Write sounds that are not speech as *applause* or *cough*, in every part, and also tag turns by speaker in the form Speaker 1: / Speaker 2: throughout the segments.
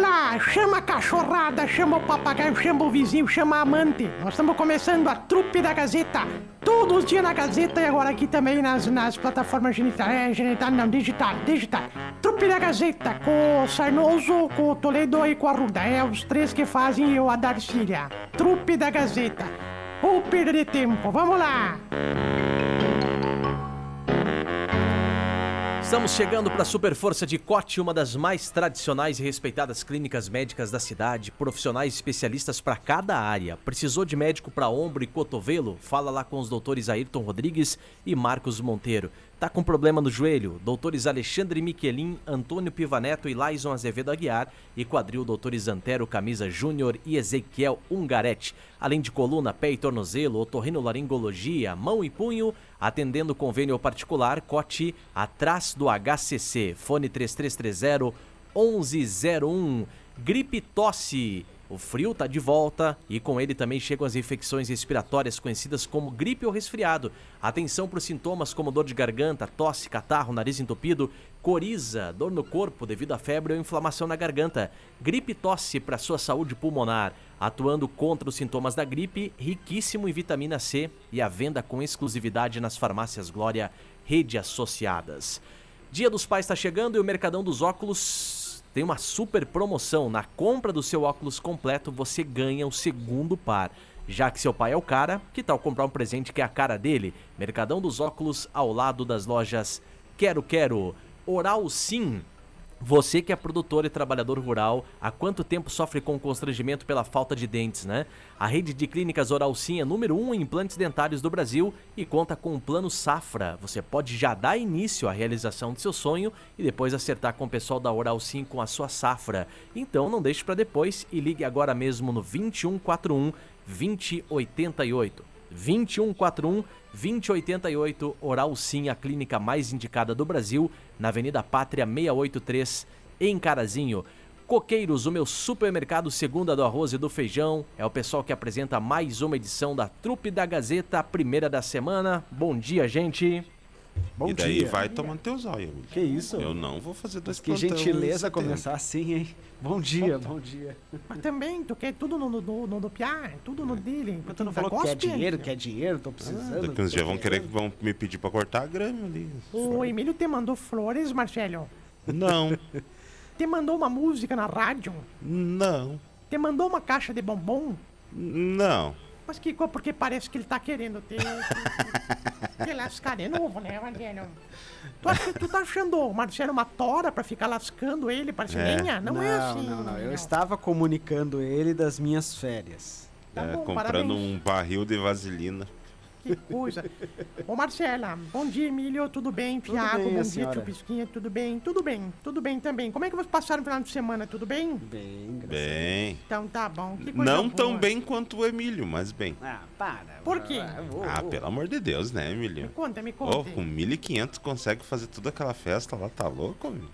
Speaker 1: lá, chama a cachorrada, chama o papagaio, chama o vizinho, chama a amante. Nós estamos começando a trupe da Gazeta. Todos os dias na Gazeta e agora aqui também nas, nas plataformas genital, é, genital não, digital, digital. Trupe da Gazeta, com o Sarnoso, com o Toledo e com a Ruda. É os três que fazem eu a Darcília. Trupe da Gazeta. Ou perder tempo, vamos lá!
Speaker 2: Estamos chegando para a Super Força de Cote, uma das mais tradicionais e respeitadas clínicas médicas da cidade. Profissionais especialistas para cada área. Precisou de médico para ombro e cotovelo? Fala lá com os doutores Ayrton Rodrigues e Marcos Monteiro. Tá com problema no joelho? Doutores Alexandre Miquelin, Antônio Pivaneto e Laison Azevedo Aguiar. E quadril doutores Antero Camisa Júnior e Ezequiel Ungaretti. Além de coluna, pé e tornozelo, otorrinolaringologia, mão e punho, atendendo convênio particular, COTI, atrás do HCC, fone 3330 1101. Gripe tosse. O frio tá de volta e com ele também chegam as infecções respiratórias conhecidas como gripe ou resfriado. Atenção para os sintomas como dor de garganta, tosse, catarro, nariz entupido, coriza, dor no corpo devido à febre ou inflamação na garganta. Gripe tosse para sua saúde pulmonar, atuando contra os sintomas da gripe, riquíssimo em vitamina C e à venda com exclusividade nas farmácias Glória Rede Associadas. Dia dos Pais está chegando e o Mercadão dos Óculos tem uma super promoção. Na compra do seu óculos completo, você ganha o segundo par. Já que seu pai é o cara, que tal comprar um presente que é a cara dele? Mercadão dos Óculos, ao lado das lojas Quero Quero. Oral Sim. Você que é produtor e trabalhador rural, há quanto tempo sofre com constrangimento pela falta de dentes, né? A rede de clínicas Oral Sim é número 1 um em implantes dentários do Brasil e conta com o plano Safra. Você pode já dar início à realização do seu sonho e depois acertar com o pessoal da Oral Sim com a sua safra. Então não deixe para depois e ligue agora mesmo no 2141 2088. 2141 2088 Oral Sim, a clínica mais indicada do Brasil, na Avenida Pátria 683, em Carazinho. Coqueiros, o meu supermercado segunda do arroz e do feijão, é o pessoal que apresenta mais uma edição da Trupe da Gazeta, a primeira da semana. Bom dia, gente.
Speaker 3: Bom
Speaker 4: e daí
Speaker 3: dia.
Speaker 4: vai tomando teu zóio, amigo.
Speaker 5: Que isso?
Speaker 4: Eu não vou fazer dois
Speaker 5: Que
Speaker 4: plantão
Speaker 5: gentileza
Speaker 4: nesse
Speaker 5: começar assim, hein? Bom dia, bom dia.
Speaker 1: Mas também, tu quer tudo no, no, no, no piá, tudo no dele.
Speaker 5: Mas tu
Speaker 4: Tá
Speaker 5: não falou que quer dinheiro, quer dinheiro, tô
Speaker 4: tempo.
Speaker 5: precisando.
Speaker 4: né? Daqui uns dias vão querer que vão me pedir pra cortar a grama ali.
Speaker 1: O Emílio te mandou flores, Marcelo.
Speaker 4: Não,
Speaker 1: Te mandou uma música na rádio.
Speaker 4: não,
Speaker 1: Te mandou uma caixa de bombom.
Speaker 4: não.
Speaker 1: Mas que co- porque parece que ele tá querendo
Speaker 5: *laughs*
Speaker 1: ter. te- te lascar de novo, né, Marcelo? Tu, acha, tu tá achando o Marcelo uma tora pra ficar lascando ele, parcelinha? Não, é assim.
Speaker 5: Não, não, eu
Speaker 1: Emílio.
Speaker 5: estava comunicando ele das minhas férias.
Speaker 1: Tá
Speaker 4: É,
Speaker 1: bom,
Speaker 4: comprando
Speaker 1: parabéns.
Speaker 4: um barril de vaselina.
Speaker 1: Que coisa. Ô, Marcela, bom dia, Emílio, tudo bem?
Speaker 5: Tudo
Speaker 1: Tiago,
Speaker 5: bem,
Speaker 1: bom
Speaker 5: a
Speaker 1: dia,
Speaker 5: senhora?
Speaker 1: Chupisquinha, tudo bem? Tudo bem, tudo bem também. Como é que vocês passaram o final de semana, tudo bem?
Speaker 5: Bem, graças
Speaker 4: Bem.
Speaker 1: Então tá bom. Que coisa
Speaker 4: Não
Speaker 1: boa.
Speaker 4: tão bem quanto o Emílio, mas bem.
Speaker 5: Ah, para.
Speaker 1: Por quê?
Speaker 5: ô,
Speaker 4: Ah,
Speaker 5: ô.
Speaker 4: pelo amor de Deus, né,
Speaker 1: Me
Speaker 4: Emílio?
Speaker 1: conta, me
Speaker 4: Oh,
Speaker 1: conta.
Speaker 4: com 1.500 consegue fazer toda aquela festa lá, tá louco, Emílio?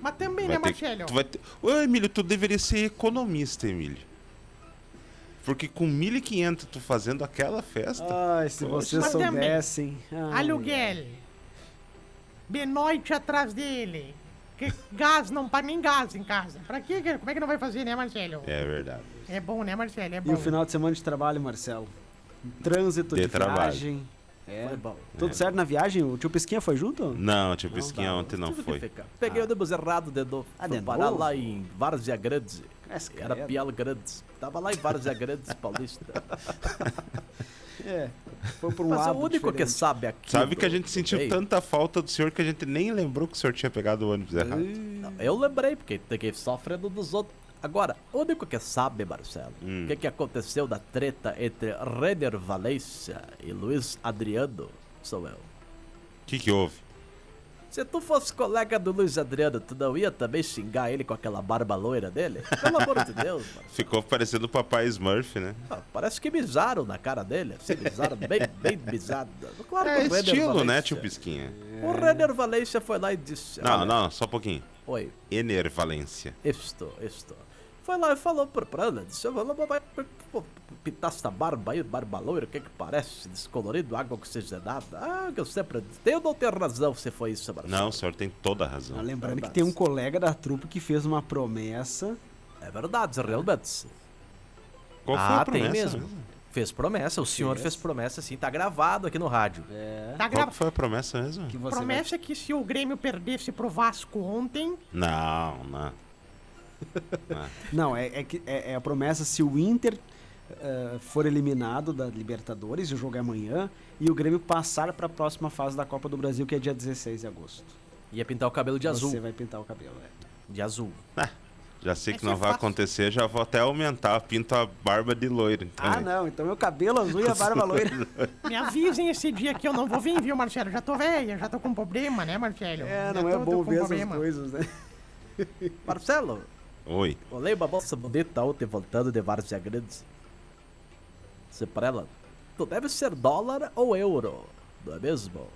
Speaker 1: Mas também, né,
Speaker 4: Vai ter,
Speaker 1: Marcelo?
Speaker 4: tu vai ter... Ô, Emílio, tu deveria ser economista, Emílio. Porque com 1.500 tu fazendo aquela
Speaker 2: Ah.
Speaker 4: festa,
Speaker 5: Ai, se
Speaker 4: Poxa.
Speaker 5: vocês
Speaker 1: Mas também,
Speaker 5: soubessem. Ai,
Speaker 1: Aluguel. De noite atrás dele. Que gás, não para nem gás em casa. Pra quê? que- Como é que não vai fazer, né, Marcelo?
Speaker 4: é verdade.
Speaker 1: É, bom, né, Marcelo? É
Speaker 5: E
Speaker 1: bom.
Speaker 5: o final de semana de trabalho, Marcelo? Trânsito
Speaker 4: De
Speaker 5: de,
Speaker 4: trabalho.
Speaker 5: viagem. É, bom. Tudo certo na viagem? O tio Pesquinha foi junto?
Speaker 4: Não, tio Pesquinha ontem não
Speaker 2: Tive que
Speaker 4: foi. Ah.
Speaker 2: ficar. Peguei o debus errado, dedo.
Speaker 5: Ah,
Speaker 2: Fui
Speaker 5: de
Speaker 2: parar
Speaker 5: novo?
Speaker 2: lá em Várzea Grande.
Speaker 5: Mas, credo.
Speaker 2: Era Pialo Grande. Tava lá em Várzea Grande, Paulista.
Speaker 5: É. Foi por *laughs* um
Speaker 2: Mas é
Speaker 5: lado
Speaker 2: o único que
Speaker 5: diferente.
Speaker 2: sabe aqui.
Speaker 4: Sabe
Speaker 2: do-
Speaker 4: que a gente sentiu
Speaker 2: Ei,
Speaker 4: tanta falta do senhor que a gente nem lembrou que o senhor tinha pegado o ônibus errado.
Speaker 2: não, Eu lembrei, porque tem que sofrer dos outros. Agora, o único que sabe, Marcelo, o
Speaker 4: Hum.
Speaker 2: que, que aconteceu da treta entre Renner Valência e Luiz Adriano sou eu.
Speaker 4: O que, que houve?
Speaker 2: Se tu fosse colega do Luiz Adriano, tu não ia também xingar ele com aquela barba loira dele? Pelo amor de Deus, mano.
Speaker 4: Ficou parecendo o papai Smurf, né?
Speaker 2: Ah, Parece que bizaram na cara dele. Se bizaram bem, bem bizado. Claro
Speaker 4: É
Speaker 2: que o Renner
Speaker 4: estilo, né,
Speaker 2: Valência-
Speaker 4: tio Pesquinha?
Speaker 2: O Renner Valência foi lá e disse...
Speaker 4: Não,
Speaker 2: olha,
Speaker 4: não, só um pouquinho.
Speaker 2: Oi,
Speaker 4: Enervalência.
Speaker 2: estou, estou. Foi lá e falou pra pra ela, disse, falou, vai pintar essa barba aí, barba loira, o que que parece? Descolorido, água oxigenada. Ah, que eu sempre... Eu não tenho razão se foi isso, Marcelo.
Speaker 4: Não, o senhor tem toda a razão.
Speaker 5: Ah, lembrando que tem um colega da trupe que fez uma promessa
Speaker 2: É verdade, realmente.
Speaker 4: Qual foi
Speaker 2: ah,
Speaker 4: a
Speaker 2: tem
Speaker 4: promessa?
Speaker 2: mesmo. Fez promessa, o senhor
Speaker 5: Fez.
Speaker 2: fez promessa sim, tá gravado aqui no rádio.
Speaker 5: É.
Speaker 1: Tá
Speaker 4: Qual que
Speaker 1: gravado.
Speaker 4: foi a promessa mesmo?
Speaker 5: Que você
Speaker 1: Promessa é que se o Grêmio perdesse pro Vasco ontem,
Speaker 4: Não, não.
Speaker 5: vai- Não, é, é que, é, é a promessa se o Inter eh, for eliminado da Libertadores, o jogo é amanhã, e o Grêmio passar para a próxima fase da Copa do Brasil, que é dia 16 de agosto.
Speaker 2: Ia pintar o cabelo de azul.
Speaker 5: Você vai pintar o cabelo. É.
Speaker 2: De azul.
Speaker 4: Já sei que
Speaker 1: Essa
Speaker 4: não
Speaker 1: é
Speaker 4: vai
Speaker 1: fácil.
Speaker 4: acontecer, já vou até aumentar. Pinto a barba de loiro. Então,
Speaker 5: Ah, não, então meu cabelo *laughs* azul e a barba loira.
Speaker 1: me avisem esse dia que eu não vou vir, viu, Marcelo? Já tô velha, já tô com problema, né, Marcelo?
Speaker 5: É,
Speaker 1: Já
Speaker 5: não é
Speaker 1: tô- tô
Speaker 5: bom
Speaker 1: com
Speaker 5: ver
Speaker 1: problema.
Speaker 5: essas coisas, *laughs* né?
Speaker 2: Marcelo,
Speaker 4: Oi.
Speaker 2: olhei uma bolsa bonita tá ontem voltando de vários grandes. Disse pra ela, tu deve ser dólar ou euro, não é mesmo?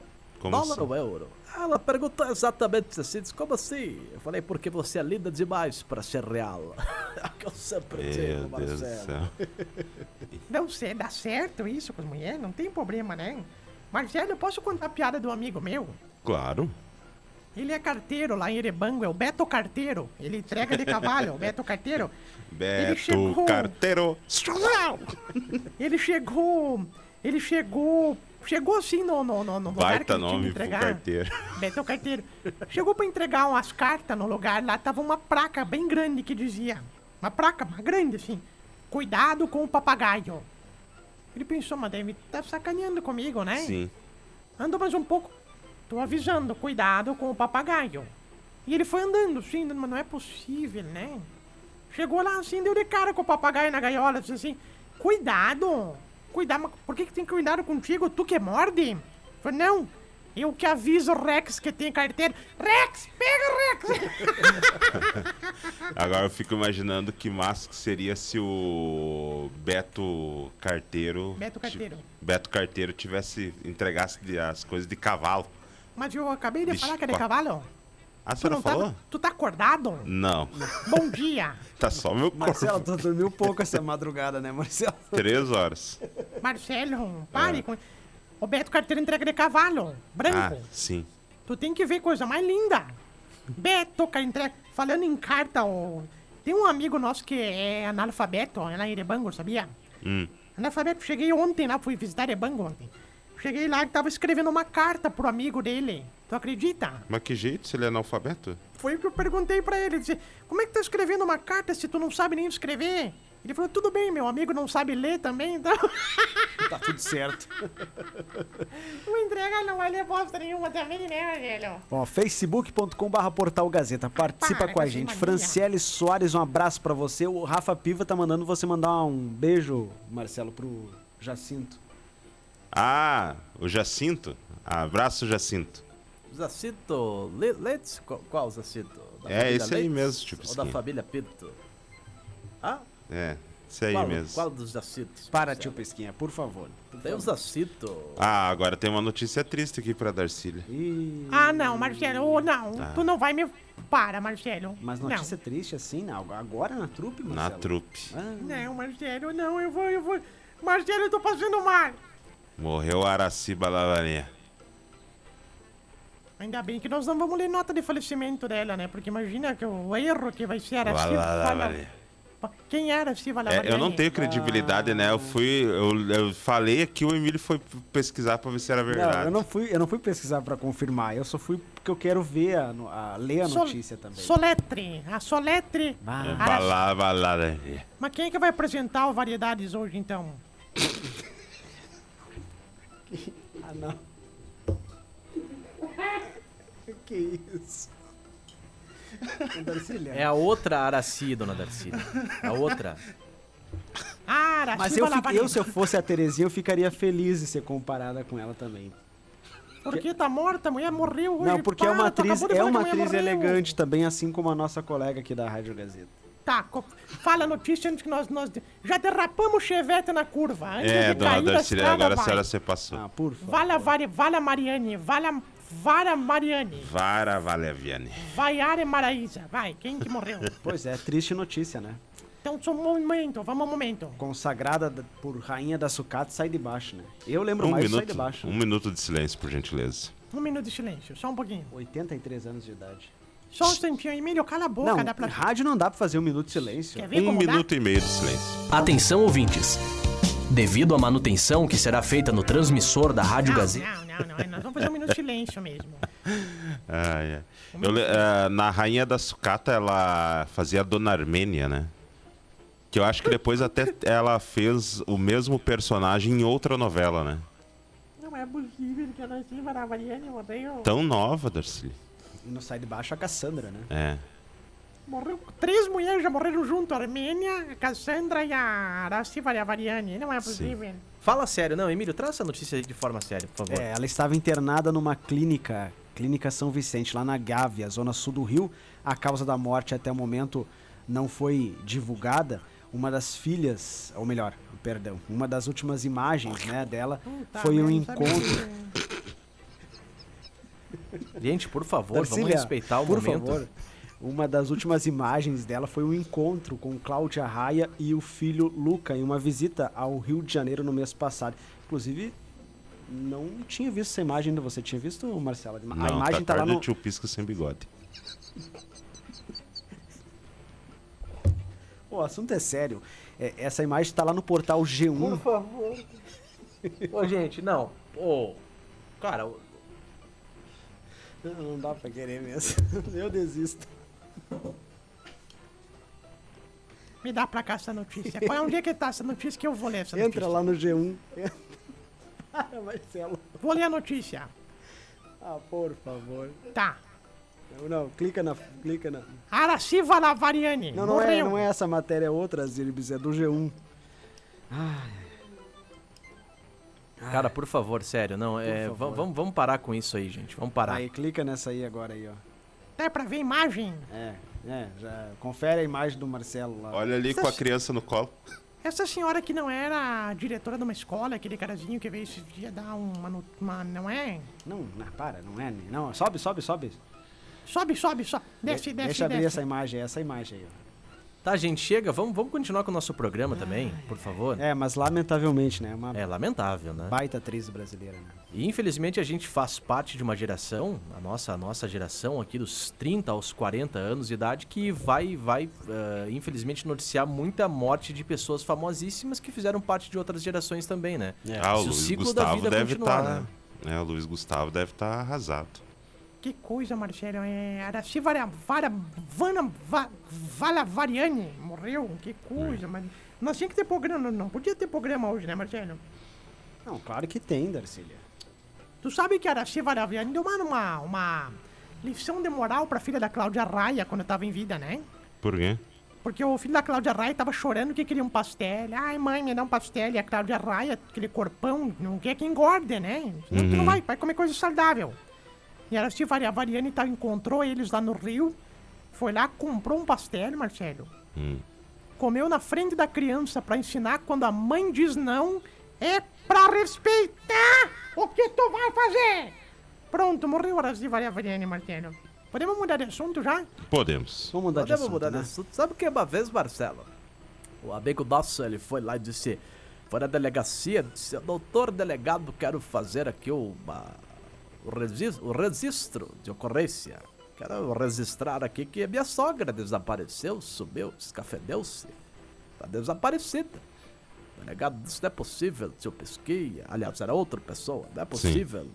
Speaker 4: Como
Speaker 2: dólar
Speaker 4: assim?
Speaker 2: ou euro? Ela perguntou exatamente assim, disse, como assim? Eu falei, porque você é linda demais pra ser real. *laughs* É o que eu sempre digo,
Speaker 4: Meu Deus do
Speaker 2: Marcelo.
Speaker 4: céu. *laughs*
Speaker 1: Não sei, dá certo isso com as mulheres? Não tem problema, né? Marcelo, eu posso contar a piada do amigo meu?
Speaker 4: Claro.
Speaker 1: Ele é carteiro lá em Erebango, é o Beto Carteiro. Ele entrega de cavalo, é o Beto
Speaker 4: *laughs*
Speaker 1: Carteiro.
Speaker 4: Beto
Speaker 1: chegou.
Speaker 4: Carteiro.
Speaker 1: *laughs* Ele chegou. Ele chegou. Chegou assim no, no, no, no lugar que
Speaker 4: Baita
Speaker 1: ele tinha que
Speaker 4: nome pro
Speaker 1: entregar. *laughs*
Speaker 4: carteiro.
Speaker 1: Beto Carteiro. Chegou pra entregar umas cartas no lugar, lá tava uma placa bem grande que dizia. Uma placa uma grande, assim. Cuidado com o papagaio. Ele pensou, mas deve tá sacaneando comigo, né?
Speaker 4: Sim.
Speaker 1: Andou mais um pouco. Tô avisando, cuidado com o papagaio. E ele foi andando, sim, andando, mas não é possível, né? Chegou lá assim, deu de cara com o papagaio na gaiola, disse assim: Cuidado! Cuidado, mas por que, que tem cuidado contigo? Tu que morde? Eu Falei, não, eu que aviso o Rex que tem carteira. Rex, pega o Rex! *laughs*
Speaker 4: Agora eu fico imaginando que massa que seria se o Beto Carteiro.
Speaker 1: Beto Carteiro.
Speaker 4: ti- Beto Carteiro tivesse. entregasse de- as coisas de cavalo.
Speaker 1: Mas eu acabei de
Speaker 4: Vixe,
Speaker 1: falar que é de
Speaker 4: pa-
Speaker 1: cavalo.
Speaker 4: Ah,
Speaker 1: Tu
Speaker 4: você
Speaker 1: não
Speaker 4: não falou?
Speaker 1: tá. Tu tá
Speaker 4: *laughs*
Speaker 1: acordado?
Speaker 4: Não.
Speaker 1: Bom dia!
Speaker 4: Tá só meu corpo.
Speaker 5: Marcelo, tu dormiu pouco essa madrugada, né, Marcelo? *laughs*
Speaker 4: Três horas.
Speaker 1: Marcelo, pare com. O Beto Carteiro entrega de cavalo,
Speaker 4: É. Ah,
Speaker 1: branco.
Speaker 4: sim.
Speaker 1: Tu tem que ver coisa mais linda. Beto, cara, entrega. Falando em carta, ó, tem um amigo nosso que é analfabeto, ó, lá em Erebango, sabia?
Speaker 4: Hum.
Speaker 1: Analfabeto, cheguei ontem lá, fui visitar Erebango ontem. Cheguei lá e tava escrevendo uma carta pro amigo dele. Tu acredita?
Speaker 4: Mas que jeito se ele é analfabeto?
Speaker 1: Foi o que eu perguntei pra ele. Disse, como é que tá escrevendo uma carta se tu não sabe nem escrever? Ele falou, tudo bem, meu amigo não sabe ler também, então *laughs*
Speaker 5: Tá tudo certo.
Speaker 1: não entrega, não vai ler bosta nenhuma também, né, Rogério?
Speaker 5: Ó, facebook.com.br Portal Gazeta. Participa
Speaker 1: Para
Speaker 5: com
Speaker 1: com
Speaker 5: a
Speaker 1: essa
Speaker 5: gente.
Speaker 1: mania.
Speaker 5: Franciele Soares, um abraço pra você. O Rafa Piva tá mandando você mandar um beijo, Marcelo, pro Jacinto.
Speaker 4: Ah, o Jacinto. Ah, Abraço, Jacinto.
Speaker 2: Jacinto Le Leite? Qual, qual Jacinto? Da
Speaker 4: É,
Speaker 2: família
Speaker 4: esse aí
Speaker 2: Leite?
Speaker 4: mesmo, tipo
Speaker 2: Ou da
Speaker 4: assim.
Speaker 2: família Pinto? Ah,
Speaker 4: É, isso aí
Speaker 2: qual,
Speaker 4: mesmo.
Speaker 2: qual dos Jacintos?
Speaker 5: Para, tio
Speaker 2: Marcelo?
Speaker 5: Pesquinha, por favor.
Speaker 2: Tem um o Jacinto.
Speaker 4: Ah, agora tem uma notícia triste aqui pra Darcília.
Speaker 5: Ih,
Speaker 1: Ah, não, Marcelo, ô, não.
Speaker 4: Ah.
Speaker 1: Tu não vai me. Para, Marcelo.
Speaker 5: tá. mas
Speaker 1: não.
Speaker 5: notícia triste assim, não. agora na trupe,
Speaker 4: Na
Speaker 5: Marcelo?
Speaker 4: trupe.
Speaker 5: Ah,
Speaker 1: Não, Marcelo, não, eu vou, eu vou. Marcelo, eu tô passando mal.
Speaker 4: Morreu Araci Balavarinha.
Speaker 1: Ainda bem que nós não vamos ler nota de falecimento dela, né? Porque imagina que o erro que vai ser a Silva.
Speaker 4: Balavarinha.
Speaker 1: Vala- Quem era a Silva
Speaker 4: É, eu não
Speaker 1: Lavariani?
Speaker 4: tenho credibilidade, né? Eu fui. Eu, eu falei aqui, o Emílio foi pesquisar pra ver se era
Speaker 5: não,
Speaker 4: verdade.
Speaker 5: eu não fui, eu não fui pesquisar pra confirmar. Eu só fui porque eu quero ver a, no- a- ler a
Speaker 1: Sol-
Speaker 5: notícia também.
Speaker 1: Soletre, a Soletre.
Speaker 4: É,
Speaker 5: Ah.
Speaker 1: Araci-
Speaker 4: Balá, balavarinha.
Speaker 1: Mas quem é que vai apresentar o Variedades hoje, então?
Speaker 5: Ah, não. *laughs* que
Speaker 1: *laughs*
Speaker 5: isso? Darcília.
Speaker 2: É a outra Araci, dona Darcília. A outra.
Speaker 1: Ah, era a
Speaker 5: Mas eu,
Speaker 1: Silva
Speaker 5: fi-
Speaker 1: Lavariani.
Speaker 5: eu, se eu fosse a Terezinha, eu ficaria feliz de ser comparada com ela também.
Speaker 1: Porque tá morta, a mulher morreu hoje.
Speaker 5: Não, porque é
Speaker 1: Para,
Speaker 5: uma
Speaker 1: tu
Speaker 5: atriz,
Speaker 1: acabou de
Speaker 5: é
Speaker 1: falar que
Speaker 5: uma
Speaker 1: a mulher
Speaker 5: atriz
Speaker 1: morreu.
Speaker 5: elegante também, assim como a nossa colega aqui da Rádio Gazeta.
Speaker 1: Tá, co- fala a notícia antes que nós, nós de- já derrapamos chevette na curva. Antes
Speaker 4: É,
Speaker 1: de
Speaker 4: dona
Speaker 1: cair da
Speaker 4: Darcília,
Speaker 1: estrada,
Speaker 4: agora a
Speaker 1: vai.
Speaker 4: senhora se passou.
Speaker 5: Ah, por favor.
Speaker 1: Vala, Vari- Vala Mariane, Vala, Vara Mariane,
Speaker 4: Vara Valeviane.
Speaker 1: Vaiare Maraísa, vai, quem que morreu?
Speaker 5: Pois é, triste notícia, né?
Speaker 1: então, só um momento, vamos um momento.
Speaker 5: Consagrada da- por rainha da sucata, sai de baixo, né? Eu lembro
Speaker 4: Um
Speaker 5: mais do sai de
Speaker 4: minuto,
Speaker 5: baixo.
Speaker 4: um minuto de silêncio, por gentileza.
Speaker 1: Um minuto de silêncio, só um pouquinho.
Speaker 5: 83 anos de idade.
Speaker 1: Só um instantinho, Emílio, cala a boca,
Speaker 5: Não,
Speaker 1: dá pra.
Speaker 5: em rádio não dá pra fazer um minuto de silêncio.
Speaker 1: Quer ver
Speaker 4: Um
Speaker 1: como
Speaker 4: minuto e meio de silêncio.
Speaker 2: Atenção ouvintes. Devido à manutenção que será feita no transmissor da
Speaker 1: dá?
Speaker 2: Rádio
Speaker 1: Não,
Speaker 2: Gazeta.
Speaker 1: não, não, não, nós vamos fazer um minuto de silêncio mesmo.
Speaker 4: Ai, ai. Ah, é. Eu le- eh, na Rainha da Sucata, ela fazia a Dona Armênia, né? Que eu acho que depois até ela fez o mesmo personagem em outra novela, né?
Speaker 1: Não é possível que eu não sirva na Mariana, eu odeio.
Speaker 5: Tá.
Speaker 4: Tão nova, Darcy.
Speaker 5: E no Sai de Baixo a Cassandra, né?
Speaker 4: É.
Speaker 1: Morreu. Três mulheres já morreram junto: a Armênia, a Cassandra e a Araci Variavariani. Não é possível.
Speaker 2: Fala sério, não, Emílio, traz essa notícia de forma séria, por favor.
Speaker 5: É, ela estava internada numa clínica, Clínica São Vicente, lá na Gávea, zona sul do Rio. A causa da morte até o momento não foi divulgada. Uma das filhas, ou melhor, perdão, uma das últimas imagens né, dela
Speaker 1: Puta
Speaker 5: foi um
Speaker 1: merda, sabe?
Speaker 5: encontro.
Speaker 2: Gente, por favor, vamos
Speaker 5: Darcília,
Speaker 2: respeitar o
Speaker 5: por
Speaker 2: momento.
Speaker 5: Favor. Uma das últimas imagens dela foi um encontro com Cláudia Raia e o filho Luca em uma visita ao Rio de Janeiro no mês passado. Inclusive, não tinha visto essa imagem ainda. Você tinha visto, Marcela? a
Speaker 4: Não,
Speaker 5: imagem tá
Speaker 4: tá
Speaker 5: lá
Speaker 4: tarde
Speaker 5: no.
Speaker 4: de tio Pisca sem bigode.
Speaker 5: Pô, o assunto é sério. É, essa imagem tá lá no portal G1.
Speaker 2: favor. Ô, gente, não. Ô, cara, ô,
Speaker 5: Não, *laughs* não dá pra querer mesmo. *laughs* Eu desisto.
Speaker 1: Me dá pra cá essa notícia. Qual é onde é que tá essa notícia que eu vou ler essa notícia?
Speaker 5: Entra lá no *laughs* G1. Para, Marcelo.
Speaker 1: Vou ler a notícia.
Speaker 5: Ah, por favor.
Speaker 1: Tá.
Speaker 5: Não, não, clica na. Clica na.
Speaker 1: Araci Variavariani.
Speaker 5: Não, não é,
Speaker 1: morreu.
Speaker 5: não é essa matéria, é outra, Zirbis, é do G1.
Speaker 2: cara, por favor, sério, não. É,
Speaker 5: favor.
Speaker 2: vamos- vamos- vamos parar com isso aí, gente. Vamos parar.
Speaker 5: Aí, clica nessa aí agora aí, ó.
Speaker 1: Dá pra ver a imagem.
Speaker 5: É, é, já confere a imagem do Marcelo lá.
Speaker 4: Olha ali com a criança no colo.
Speaker 1: Essa senhora que não era diretora de uma escola, aquele carazinho que veio esse dia dar uma, no- uma- Não é?
Speaker 5: Não, não, para, não é, né? não, sobe, sobe, sobe.
Speaker 1: Sobe, sobe, sobe. Desce,
Speaker 5: De-
Speaker 1: desce,
Speaker 5: Deixa abrir
Speaker 1: desce.
Speaker 5: essa imagem, é essa imagem aí, ó.
Speaker 2: Tá, gente, chega, vamos, vamos continuar com o nosso programa também, por favor. É,
Speaker 5: É, mas lamentavelmente, né, uma
Speaker 2: lamentável, né?
Speaker 5: baita atriz brasileira, né?
Speaker 2: E infelizmente a gente faz parte de uma geração, a nossa, a nossa geração aqui dos 30 aos 40 anos de idade, que vai, vai eh, infelizmente noticiar muita morte de pessoas famosíssimas que fizeram parte de outras gerações também, né?
Speaker 5: É.
Speaker 4: Ah, o
Speaker 2: Se o
Speaker 4: Luiz
Speaker 2: ciclo da
Speaker 4: Gustavo
Speaker 2: vida
Speaker 4: deve
Speaker 2: continuar,
Speaker 4: estar.
Speaker 2: né?
Speaker 4: É, o Luiz Gustavo deve estar arrasado.
Speaker 1: Que coisa, Marcelo. É Araci Vara, Vara, Vana, Va, Valavariani morreu. Que coisa, mas Nós tínhamos que ter programa. Não podia ter programa hoje, né, Marcelo?
Speaker 5: Não, claro que tem, Darcília.
Speaker 1: Tu sabe que a Araci Varavariani deu uma, uma, uma lição de moral pra filha da Cláudia Raia quando tava em vida, né?
Speaker 4: Por quê?
Speaker 1: Porque o filho da Cláudia Raia tava chorando que queria um pastel. Ai, mãe, me dá um pastel. E a Cláudia Raia, aquele corpão, não quer que engorde, né? Senão tu não vai, vai comer coisa saudável. E ela se varia- variando e tal, tá, encontrou eles lá no Rio. Foi lá, comprou um pastel, Marcelo.
Speaker 4: Hum.
Speaker 1: Comeu na frente da criança pra ensinar quando a mãe diz não, é pra respeitar o que tu vai fazer. Pronto, morreu a Araci Variavariani, Marcelo. Podemos mudar de assunto já?
Speaker 4: Podemos.
Speaker 5: Vamos mudar de
Speaker 2: Podemos
Speaker 5: assunto,
Speaker 2: mudar
Speaker 5: né?
Speaker 2: de assunto. Sabe o que é uma vez, Marcelo? O amigo nosso, ele foi lá e disse... Foi na delegacia, disse... Doutor delegado, quero fazer aqui uma... O registro, o registro de ocorrência. Quero registrar aqui que minha sogra desapareceu, sumiu, escafedeu-se. Tá desaparecida. O delegado disse, não é possível, seu Pesquinha. Aliás, era outra pessoa, não é possível.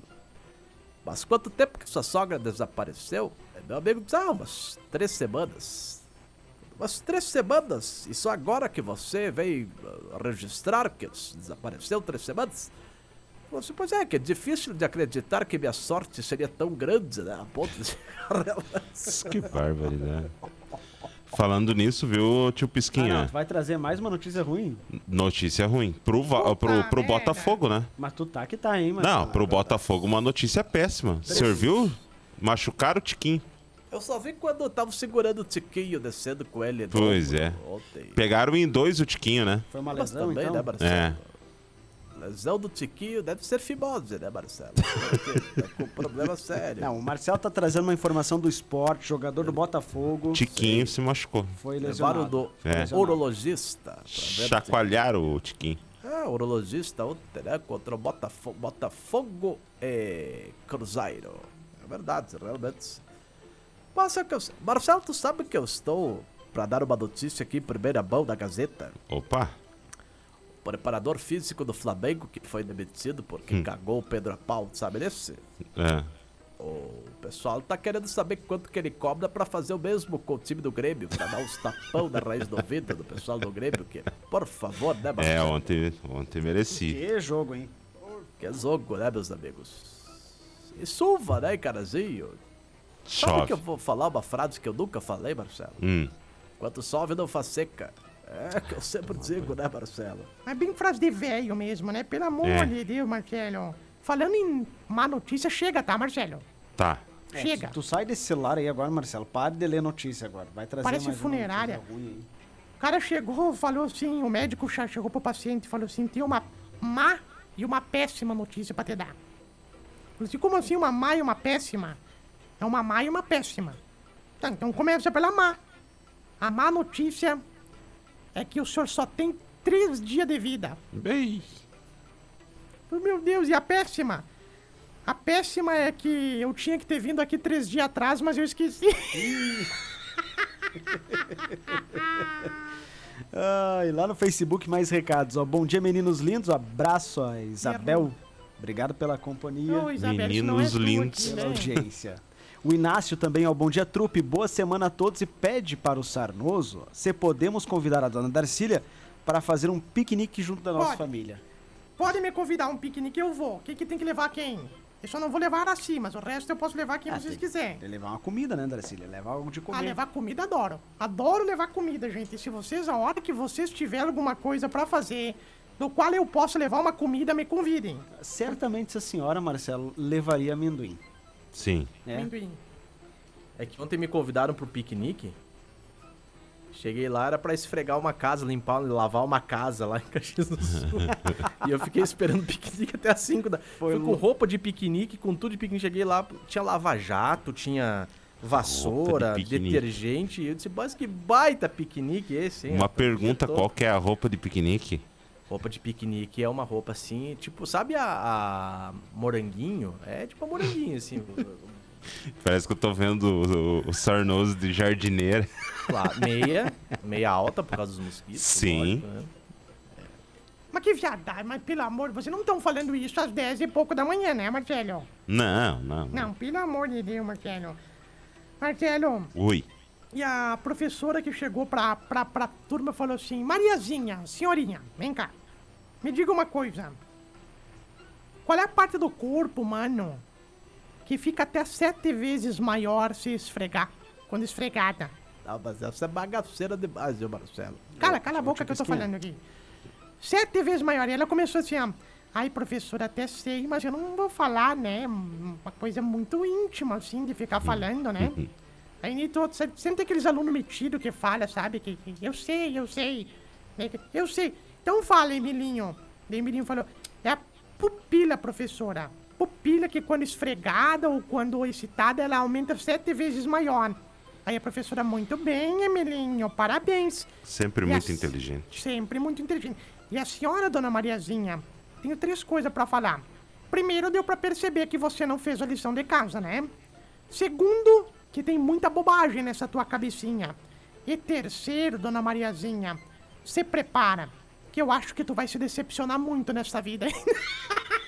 Speaker 2: Mas quanto tempo que sua sogra desapareceu? Aí Meu amigo diz, ah, umas três semanas. Umas três semanas? E só agora que você veio ah, registrar que s- desapareceu três semanas? Você, pois é, que é difícil de acreditar que minha sorte seria tão grande, né? A ponto de... *laughs*
Speaker 4: Que barbaridade. Falando nisso, viu,
Speaker 5: Ah,
Speaker 4: tio
Speaker 5: não,
Speaker 4: Pisquinha?
Speaker 5: tu vai trazer mais uma notícia ruim?
Speaker 4: Notícia ruim. Pro, Va-
Speaker 1: Puta
Speaker 4: pro, pro
Speaker 1: merda.
Speaker 4: Botafogo, né?
Speaker 5: Mas tu tá que tá, hein, mano?
Speaker 2: é,
Speaker 4: Não, pro Botafogo uma notícia péssima. Serviu? Machucaram o Tiquinho.
Speaker 2: Eu só vi quando eu tava segurando o Tiquinho, descendo com ele. no
Speaker 4: Pois é.
Speaker 2: ombro Ontem.
Speaker 4: Pegaram em dois o Tiquinho, né?
Speaker 5: Foi uma
Speaker 2: Mas
Speaker 5: lesão,
Speaker 2: também,
Speaker 5: então?
Speaker 2: né, Marcelo?
Speaker 4: É.
Speaker 2: Lesão do Tiquinho deve ser fimose, né, Marcelo? Tá com problema sério.
Speaker 5: Não, o Marcelo tá trazendo uma informação do esporte, jogador do Botafogo.
Speaker 4: Tiquinho se machucou.
Speaker 5: Foi
Speaker 2: Levaram
Speaker 5: lesionado.
Speaker 2: do
Speaker 4: É.
Speaker 2: urologista. pra ver-
Speaker 4: Chacoalharam o Tiquinho.
Speaker 2: É, urologista ontem, né? Contra o Botafogo, Botafogo e Cruzeiro. É verdade, realmente. Marcelo, que eu- Marcelo, tu sabe que eu estou para dar uma notícia aqui, primeira mão da Gazeta.
Speaker 4: Opa!
Speaker 2: O preparador físico do Flamengo que foi demitido porque
Speaker 4: Hum.
Speaker 2: cagou o Pedro Paulo, sabe desse?
Speaker 4: É.
Speaker 2: O pessoal tá querendo saber quanto que ele cobra pra fazer o mesmo com o time do Grêmio, pra dar uns tapão na raiz do ouvido do pessoal do Grêmio, que, por favor, né, mano?
Speaker 4: É, ontem, ontem mereci.
Speaker 5: Que jogo, hein?
Speaker 2: Que é jogo, né, meus amigos? E chuva, né, carazinho? Sabe que
Speaker 4: Chove.
Speaker 2: eu vou falar uma frase que eu nunca falei, Marcelo?
Speaker 4: Hum.
Speaker 2: Quanto chove não faz seca. É que eu sempre digo, né, Marcelo?
Speaker 1: É bem frase de velho mesmo, né? Pelo amor
Speaker 4: É.
Speaker 1: de Deus, Marcelo. Falando em má notícia, chega, tá, Marcelo?
Speaker 4: Tá.
Speaker 5: É,
Speaker 1: Chega.
Speaker 5: Tu, tu sai desse celular aí agora, Marcelo. Pare de ler notícia agora. Vai trazer
Speaker 1: Parece
Speaker 5: mais uma
Speaker 1: funerária.
Speaker 5: notícia ruim aí.
Speaker 1: O cara chegou, falou assim, o médico já chegou pro paciente e falou assim, tem uma má e uma péssima notícia pra te dar. Falei assim, como assim uma má e uma péssima? É uma má e uma péssima. Tá, então começa pela má. A má notícia é que o senhor só tem três dias de vida.
Speaker 4: Bem.
Speaker 1: Falei, Meu Deus, e a péssima? A péssima é que eu tinha que ter vindo aqui três dias atrás, mas eu
Speaker 4: *laughs*
Speaker 1: esqueci.
Speaker 5: Ah, e lá no Facebook, mais recados. Ó. Bom dia, meninos lindos. Abraço a Isabel. Obrigado pela companhia.
Speaker 1: Ô, Isabel, isso não
Speaker 4: Meninos
Speaker 1: tua
Speaker 4: lindos.
Speaker 1: aqui,
Speaker 5: pela
Speaker 1: né?
Speaker 5: audiência. O Inácio também ao Bom Dia Trupe. Boa semana a todos e pede para o Sarnoso se podemos convidar a dona Darcília para fazer um piquenique junto da nossa
Speaker 1: Pode.
Speaker 5: família.
Speaker 1: Pode me convidar a um piquenique, eu vou. O que, que tem que levar quem? Eu só não vou levar assim, mas o resto eu posso levar quem
Speaker 5: Ah,
Speaker 1: vocês
Speaker 5: tem-
Speaker 1: quiserem.
Speaker 5: Tem que levar uma comida, né, Darcília? Levar algo de comer.
Speaker 1: Ah, levar comida adoro. Adoro levar comida, gente. Se vocês, a hora que vocês tiverem alguma coisa pra fazer, do qual eu posso levar uma comida, me convidem.
Speaker 5: Certamente essa senhora, Marcelo, levaria amendoim.
Speaker 4: Sim.
Speaker 5: né?
Speaker 1: Amendoim.
Speaker 2: É que ontem me convidaram pro piquenique. Cheguei lá, era pra esfregar uma casa, limpar, lavar uma casa lá em *laughs* Caxias do Sul. e eu fiquei esperando o piquenique até as 5 da...
Speaker 5: Foi
Speaker 2: Fui com
Speaker 5: louco.
Speaker 2: roupa de piquenique, com tudo de piquenique. Cheguei lá, tinha lava-jato, tinha vassoura,
Speaker 4: Roupa de piquenique.
Speaker 2: detergente. E eu disse, mas que baita piquenique esse, hein?
Speaker 4: Uma
Speaker 2: rapaz?"
Speaker 4: pergunta,
Speaker 2: Eu tô-
Speaker 4: qual que é a roupa de piquenique?
Speaker 2: Roupa de piquenique é uma roupa assim, tipo, sabe a, a moranguinho? É tipo a moranguinho, assim.
Speaker 4: Parece que eu tô vendo o, o- o Sarnoso de jardineira. *laughs*
Speaker 2: lá, meia, meia alta por causa dos mosquitos.
Speaker 4: Sim.
Speaker 2: lógico, né?
Speaker 1: Mas que viadagem, mas pelo amor, vocês não estão falando isso às 10 e pouco da manhã, né, Marcelo?
Speaker 4: Não, não.
Speaker 1: Não, pelo amor de Deus, Marcelo. Marcelo,
Speaker 4: Ui.
Speaker 1: E a professora que chegou pra, pra, pra turma falou assim: Mariazinha, senhorinha, vem cá. Me diga uma coisa. Qual é a parte do corpo, humano que fica até sete vezes maior se esfregar? Quando esfregada.
Speaker 2: Ah, mas essa é bagaceira demais, viu, Marcelo?
Speaker 1: Cara, cala a
Speaker 5: eu
Speaker 1: boca
Speaker 5: te
Speaker 1: que eu tô
Speaker 5: pesquei.
Speaker 1: falando aqui. Sete vezes maior. E ela começou assim, ó. Ai, professora, até sei, mas eu não vou falar, né? Uma coisa muito íntima, assim, de ficar falando, né?
Speaker 5: Uhum.
Speaker 1: Aí nem todo, sempre, sempre tem aqueles alunos metidos que falam, sabe? Que, que eu sei, eu sei. né, que- Eu sei. Então fala, Emilinho. Daí Emilinho falou, é a pupila, professora. Pupila que quando esfregada ou quando excitada, ela aumenta sete vezes maior. Aí a professora, muito bem, Emilinho, parabéns.
Speaker 4: Sempre
Speaker 1: E a-
Speaker 4: muito inteligente.
Speaker 1: Sempre muito inteligente. E a senhora, dona Mariazinha, tenho três coisas pra falar. Primeiro, deu pra perceber que você não fez a lição de casa, né? Segundo, que tem muita bobagem nessa tua cabecinha. E terceiro, dona Mariazinha, se prepara, que eu acho que tu vai se decepcionar muito nessa vida. *laughs*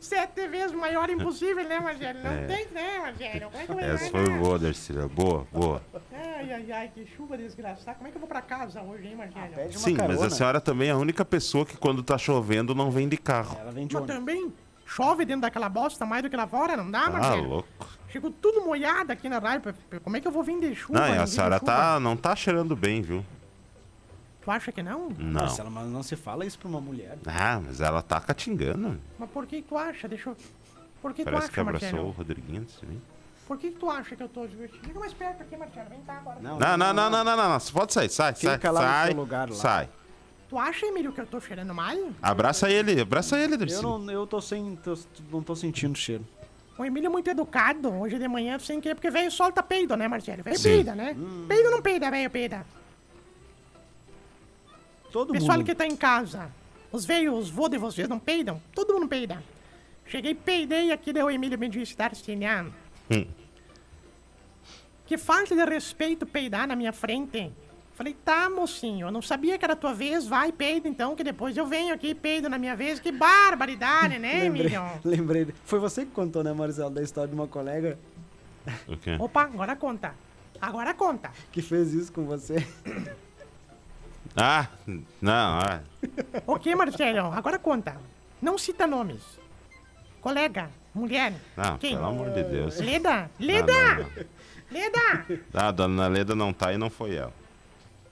Speaker 1: Sete vezes maior impossível, né, Marcelo? Não tem, né, Marcelo? Como é que vai
Speaker 4: É. Essa
Speaker 1: dar?
Speaker 4: foi boa, Darcília. Boa, boa.
Speaker 1: Ai, ai, ai, que chuva desgraçada. Como é que eu vou pra casa hoje, hein, Marcelo?
Speaker 5: Pede uma
Speaker 4: Sim,
Speaker 5: carona.
Speaker 4: mas a senhora também é a única pessoa que quando tá chovendo não vem de carro.
Speaker 5: Ela vem de
Speaker 1: Mas
Speaker 5: ônibus.
Speaker 1: também chove dentro daquela bosta mais do que lá fora, não
Speaker 5: Ah,
Speaker 1: dá,
Speaker 4: Tá
Speaker 5: é.
Speaker 1: Marcelo?
Speaker 4: louco.
Speaker 1: Chegou tudo molhado aqui na raio. Como é que eu vou vir de chuva?
Speaker 4: Não, e
Speaker 1: vim
Speaker 4: a
Speaker 1: de
Speaker 4: senhora
Speaker 1: chuva?
Speaker 4: tá, não tá cheirando bem, viu?
Speaker 1: Tu acha que não?
Speaker 4: Não.
Speaker 5: Marcelo, mas não se fala isso pra uma mulher.
Speaker 4: Ah, mas ela tá catingando.
Speaker 1: Mas por que tu acha? Deixa eu... Por que
Speaker 4: Parece
Speaker 1: tu
Speaker 4: que
Speaker 1: acha,
Speaker 4: abraçou o
Speaker 1: Marcelo?
Speaker 4: Rodriguinho. assim.
Speaker 1: Por que tu acha que eu tô divertido? Fica mais perto aqui, Marcelo. Vem cá agora.
Speaker 5: Não.
Speaker 4: Não, não, não, não, não, não, não. Você pode sair, sai,
Speaker 5: Fica
Speaker 4: sai,
Speaker 5: lá no
Speaker 4: sai,
Speaker 5: seu lugar lá.
Speaker 4: sai.
Speaker 1: Tu acha, Emílio, que eu tô cheirando mal?
Speaker 4: Abraça ele, abraça ele,
Speaker 5: Eu
Speaker 4: Darcília.
Speaker 5: não, eu tô sem. tô- não tô sentindo cheiro.
Speaker 1: O Emílio é muito educado hoje de manhã, sem querer, porque veio solta peido, né, Marcelo? Veio
Speaker 4: Sim.
Speaker 1: peida, né? Peido não peida, velho, peida.
Speaker 5: Todo
Speaker 1: Pessoal
Speaker 5: mundo.
Speaker 1: que tá em casa, os velhos, os vô de vocês não peidam? Todo mundo peida. Cheguei, peidei aqui, deu o Emílio me disse, Darcinian. Que falta de respeito peidar na minha frente. Falei, tá, mocinho, eu não sabia que era a tua vez, vai, peida então, que depois eu venho aqui e peido na minha vez. Que barbaridade, né,
Speaker 5: *laughs* lembrei,
Speaker 1: Emílio?
Speaker 5: lembrei. Foi você que contou, né, Marcelo, da história de uma colega
Speaker 4: O quê?
Speaker 1: Opa, agora conta. Agora conta.
Speaker 5: que fez isso com você.
Speaker 4: Ah, não, ah.
Speaker 1: O que, Marcelo? Agora conta. Não cita nomes. Colega, mulher.
Speaker 4: Não,
Speaker 1: quem?
Speaker 4: Ah, pelo amor de Deus.
Speaker 1: Leda!
Speaker 4: Ah,
Speaker 1: Leda!
Speaker 4: não, não.
Speaker 1: Leda!
Speaker 4: Ah, a dona Leda não tá e não foi ela.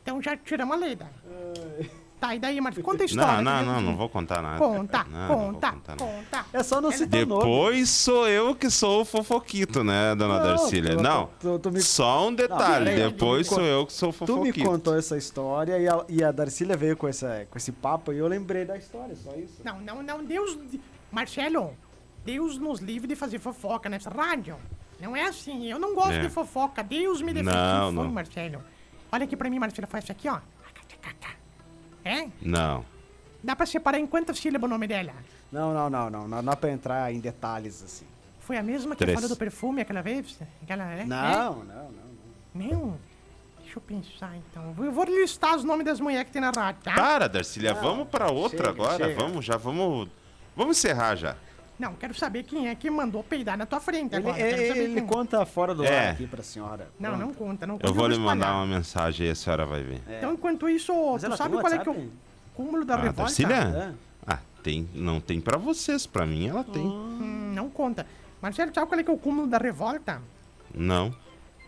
Speaker 1: Então já tiramos a Leda. Tá, e daí, Marcelo? Conta a
Speaker 4: Não,
Speaker 1: história.
Speaker 4: não,
Speaker 1: que eu-
Speaker 4: não, não vou contar nada.
Speaker 1: Conta,
Speaker 4: Não, não vou
Speaker 1: conta,
Speaker 4: contar nada.
Speaker 1: conta.
Speaker 5: É só não citar o nome.
Speaker 4: Depois sou eu que sou o fofoquito, né, dona
Speaker 5: Não,
Speaker 4: Darcília?
Speaker 5: tu-
Speaker 4: Não,
Speaker 5: tu- tu me-
Speaker 4: só um detalhe.
Speaker 5: peraí, tu me
Speaker 4: depois sou
Speaker 5: conta-
Speaker 4: eu que sou o
Speaker 5: Tu me
Speaker 4: fofoquito.
Speaker 5: contou essa história e a, e a Darcília veio com, essa, com esse papo e eu lembrei da história, só isso.
Speaker 1: Não, não, não, Deus. Marcelo, Deus nos livre de fazer fofoca nessa rádio. Não é assim, eu não gosto
Speaker 4: É.
Speaker 1: de fofoca. Deus me defende
Speaker 4: Não,
Speaker 1: não,
Speaker 4: não.
Speaker 1: Marcelo. Olha aqui pra mim, Marcelo, faz isso aqui, ó. É?
Speaker 4: Não.
Speaker 1: Dá pra separar em quantas sílabas o nome dela?
Speaker 5: Não, não, não, não. Não, não é pra entrar em detalhes assim.
Speaker 1: Foi a mesma que
Speaker 4: Três.
Speaker 1: falou do perfume aquela vez? Aquela, né?
Speaker 5: Não, não, não. não.
Speaker 1: É? Não. Deixa eu pensar então. Eu vou listar os nomes das mulheres que tem na rádio, tá?
Speaker 4: Para, Darcília, vamos pra outra
Speaker 5: Ah? chega,
Speaker 4: agora.
Speaker 5: chega.
Speaker 4: Vamos já, vamos. Vamos encerrar já.
Speaker 1: Não, quero saber quem é que mandou peidar na tua frente
Speaker 5: Ele,
Speaker 1: agora. Quero
Speaker 5: ele-
Speaker 1: saber
Speaker 5: ele
Speaker 1: quem.
Speaker 5: conta fora do
Speaker 4: É.
Speaker 5: ar aqui pra senhora.
Speaker 1: Não, não
Speaker 5: Pronto. É,
Speaker 1: conta, não conta.
Speaker 4: Eu vou lhe mandar
Speaker 1: espalhar.
Speaker 4: uma mensagem e a senhora vai ver.
Speaker 1: Então, enquanto isso, tu
Speaker 5: ela
Speaker 1: sabe
Speaker 5: tem
Speaker 1: qual é que é o
Speaker 5: WhatsApp?
Speaker 1: cúmulo da
Speaker 4: Ah,
Speaker 1: revolta?
Speaker 4: Darcília?
Speaker 5: Tá É.
Speaker 4: Ah, tem. Não tem pra vocês, pra mim ela tem.
Speaker 5: Ah.
Speaker 1: Hum, não conta. Marcelo, sabe qual é que é o cúmulo da revolta?
Speaker 4: Não.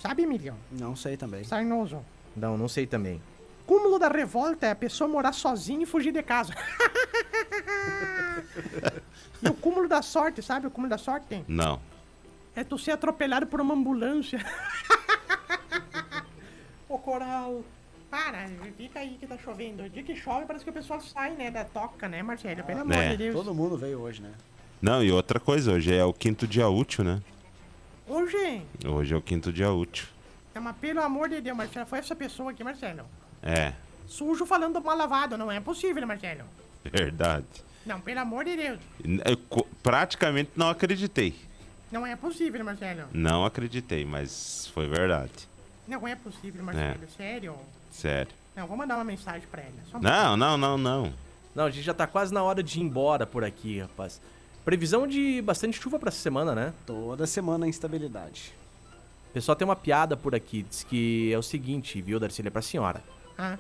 Speaker 1: Sabe, Emílio?
Speaker 5: Não sei também.
Speaker 1: Sarnoso.
Speaker 2: Não, não sei também.
Speaker 1: Cúmulo da revolta é a pessoa morar sozinha e fugir de casa. *laughs* e o cúmulo da sorte, sabe? O cúmulo da sorte
Speaker 4: Não.
Speaker 1: é tu ser atropelado por uma ambulância. *laughs* Ô, Coral. Para, fica aí que tá chovendo. O dia que chove parece que o pessoal sai, né? Da toca, né, Marcelo? Pelo amor
Speaker 4: É.
Speaker 1: de Deus.
Speaker 5: Todo mundo veio hoje, né?
Speaker 4: Não, e outra coisa, hoje é o quinto dia útil, né?
Speaker 1: Ô, gente.
Speaker 4: Hoje é o quinto dia útil.
Speaker 1: Não, mas pelo amor de Deus, Marcelo, foi essa pessoa aqui, Marcelo.
Speaker 4: É,
Speaker 1: Sujo falando mal lavado, não é possível, Marcelo.
Speaker 4: verdade.
Speaker 1: Não, pelo amor de Deus,
Speaker 4: N- Eu co- praticamente não acreditei.
Speaker 1: não é possível, Marcelo.
Speaker 4: Não acreditei, mas foi verdade.
Speaker 1: Não é possível, Marcelo, sério.
Speaker 4: Sério.
Speaker 1: Não, vou mandar uma mensagem pra ela. Só um
Speaker 4: Não, não, não, não.
Speaker 2: Não, a gente já tá quase na hora de ir embora por aqui, rapaz. Previsão de bastante chuva pra essa semana, né?
Speaker 5: Toda semana a instabilidade.
Speaker 2: O pessoal tem uma piada por aqui, diz que é o seguinte, viu, Darcília, pra senhora.
Speaker 1: pouquinho. Ah.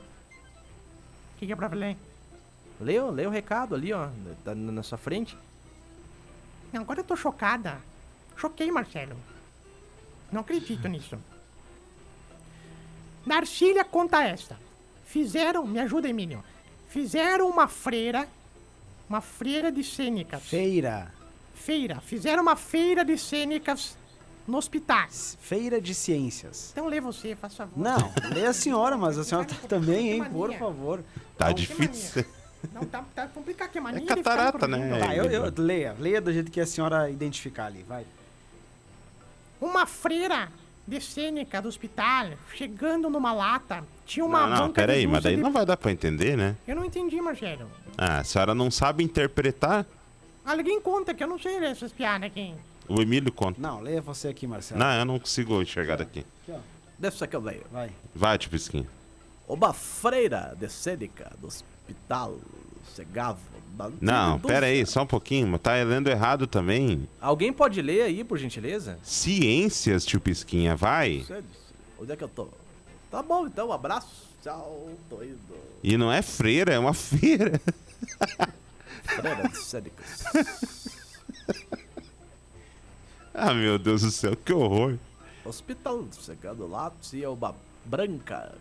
Speaker 1: O que, que é pra falar?
Speaker 2: Leu, leu o recado ali, ó, tá na na sua frente.
Speaker 1: Não, agora eu tô chocada. Choquei, Marcelo. Não acredito
Speaker 4: *laughs*
Speaker 1: nisso. Narcília conta esta. Fizeram, me ajuda, Emílio. Fizeram uma freira, uma freira de cênicas.
Speaker 5: Feira.
Speaker 1: Feira. Fizeram uma feira de cênicas no hospital.
Speaker 5: Feira de ciências.
Speaker 1: Então lê você, faz favor.
Speaker 5: Não, lê a senhora, mas a
Speaker 1: *laughs*
Speaker 5: senhora tá também, hein? Por favor.
Speaker 4: Tá
Speaker 1: Não, que
Speaker 4: difícil.
Speaker 1: Não, tá, tá complicado, que mania.
Speaker 4: É
Speaker 1: de ficar
Speaker 4: catarata,
Speaker 1: no
Speaker 4: né?
Speaker 1: mundo.
Speaker 5: Tá, eu, eu- leia. Leia do jeito que a senhora identificar ali, vai.
Speaker 1: Uma freira de cênica do hospital, chegando numa lata, tinha uma
Speaker 4: não, não,
Speaker 1: banca
Speaker 4: peraí,
Speaker 1: de
Speaker 4: mas
Speaker 1: blusa
Speaker 4: daí
Speaker 1: de-
Speaker 4: não vai dar pra entender, né?
Speaker 1: Eu não entendi, Marcelo.
Speaker 4: Ah, a senhora não sabe interpretar?
Speaker 1: Alguém conta que eu não sei ler essas piadas aqui.
Speaker 4: O Emílio conta.
Speaker 5: Não, leia você aqui,
Speaker 1: Tá.
Speaker 5: Marcelo.
Speaker 4: Não, eu não consigo enxergar daqui.
Speaker 5: Aqui, ó.
Speaker 2: Deve ser que eu leio.
Speaker 5: Vai.
Speaker 4: Vai, tipo skin.
Speaker 2: Oba freira de Sêneca, do hospital cegavo. da-
Speaker 4: Não,
Speaker 2: do-
Speaker 4: peraí, só um pouquinho. mas Tá lendo errado também.
Speaker 2: Alguém pode ler aí, por gentileza?
Speaker 4: Ciências, tio Pisquinha, vai.
Speaker 2: Onde é que eu tô? Tá bom, então, um abraço. Tchau, tô indo.
Speaker 4: E não é freira, é uma *laughs* feira.
Speaker 2: Freira de Sêneca.
Speaker 4: Ah, meu Deus do céu, que horror.
Speaker 2: hospital cegado lá, tinha uma branca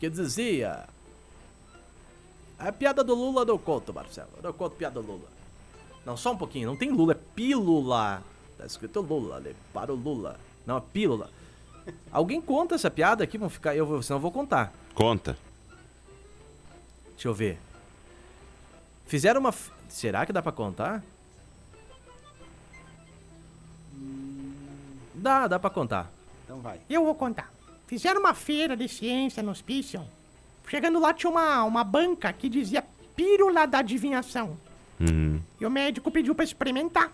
Speaker 2: que dizia... A piada do Lula eu não conto, Marcelo. Eu não conto piada do Lula. Não, só um pouquinho. Não tem Lula, é pílula. Tá escrito Lula ali. Para o Lula. Não, é pílula. Alguém conta essa piada aqui? Vão ficar... Eu, vou- senão eu vou contar.
Speaker 4: Conta.
Speaker 2: Deixa eu ver. Fizeram uma. f- Será que dá pra contar? Dá, dá pra contar.
Speaker 5: Então vai.
Speaker 1: Eu vou contar. Fizeram uma feira de ciência no hospício. Chegando lá tinha uma, uma banca que dizia pílula da adivinhação.
Speaker 4: Hum.
Speaker 1: E o médico pediu pra experimentar.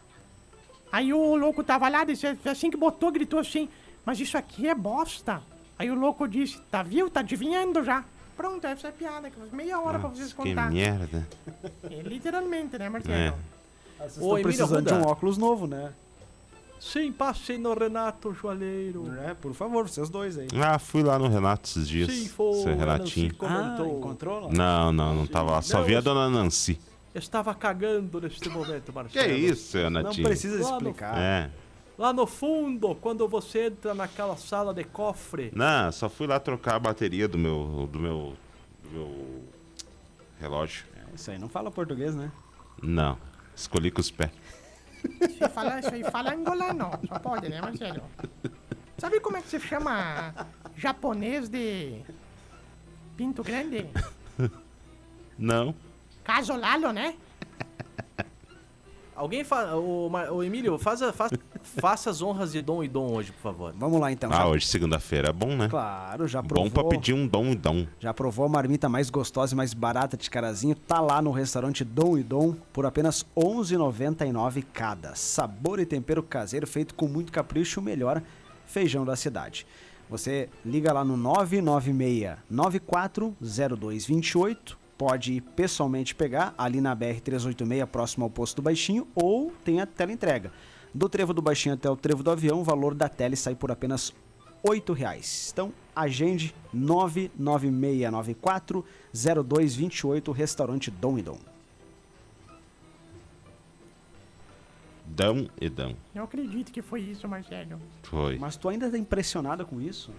Speaker 1: Aí o louco tava lá, disse, assim que botou, gritou assim: mas isso aqui é bosta. Aí o louco disse, tá viu? Tá adivinhando já. Pronto, essa é a piada, que faz meia hora pra vocês
Speaker 4: Nossa, que
Speaker 1: contar.
Speaker 4: merda. É.
Speaker 1: É, literalmente, né, Marcelo?
Speaker 5: Ah,
Speaker 2: Ô,
Speaker 5: Vocês estão
Speaker 2: Emílio
Speaker 5: precisando de
Speaker 2: Arruda.
Speaker 5: um óculos novo, né?
Speaker 2: Sim, passei no Renato Joalheiro.
Speaker 5: É, por favor, vocês dois aí.
Speaker 4: Ah, fui lá no Renato esses dias.
Speaker 2: Sim, foi.
Speaker 4: Seu Renatinho.
Speaker 5: Ah,
Speaker 2: comentou.
Speaker 5: encontrou lá?
Speaker 4: Não, não, não tava lá. Só
Speaker 2: Não,
Speaker 4: vi a
Speaker 2: eu-
Speaker 4: dona Nancy.
Speaker 2: Eu estava cagando neste momento,
Speaker 4: Que
Speaker 2: Marcelo.
Speaker 4: isso, seu
Speaker 5: Não
Speaker 4: Renatinho?
Speaker 5: precisa
Speaker 2: Lá no-
Speaker 5: explicar.
Speaker 4: É.
Speaker 2: Lá no fundo, quando você entra naquela sala de cofre.
Speaker 4: Não, só fui lá trocar a bateria do meu. do meu. do meu relógio.
Speaker 5: Isso aí não fala português, né?
Speaker 4: Não. Escolhi com os pés.
Speaker 1: Se fala, isso aí fala angolano, só pode, né, Marcelo? Sabe como é que se chama japonês de pinto grande?
Speaker 4: Não.
Speaker 1: Casolalo, né?
Speaker 2: Alguém faz. O, Emílio, faz a- faz- faça *laughs* as honras de Dom e Dom hoje, por favor.
Speaker 5: Vamos lá então.
Speaker 4: Ah,
Speaker 5: já,
Speaker 4: hoje segunda-feira é bom, né?
Speaker 5: claro, já
Speaker 4: Bom
Speaker 5: provou.
Speaker 4: pra pedir um dom e dom.
Speaker 5: Já provou a marmita mais gostosa e mais barata de carazinho? Tá lá no restaurante Dom e Dom por apenas R$ 11,99 cada. Sabor e tempero caseiro feito com muito capricho, o melhor feijão da cidade. Você liga lá no 996-940228, pode ir pessoalmente pegar ali na BR-386, próximo ao posto do Baixinho, ou tem a tela entrega. Do trevo do Baixinho até o trevo do avião, o valor da tele sai por apenas R$ 8,00. Então, agende 99694-0228, restaurante Dom e Dom.
Speaker 4: Dão e dão.
Speaker 1: Não acredito que foi isso, Marcelo.
Speaker 4: Foi.
Speaker 5: Mas tu ainda tá impressionada com isso?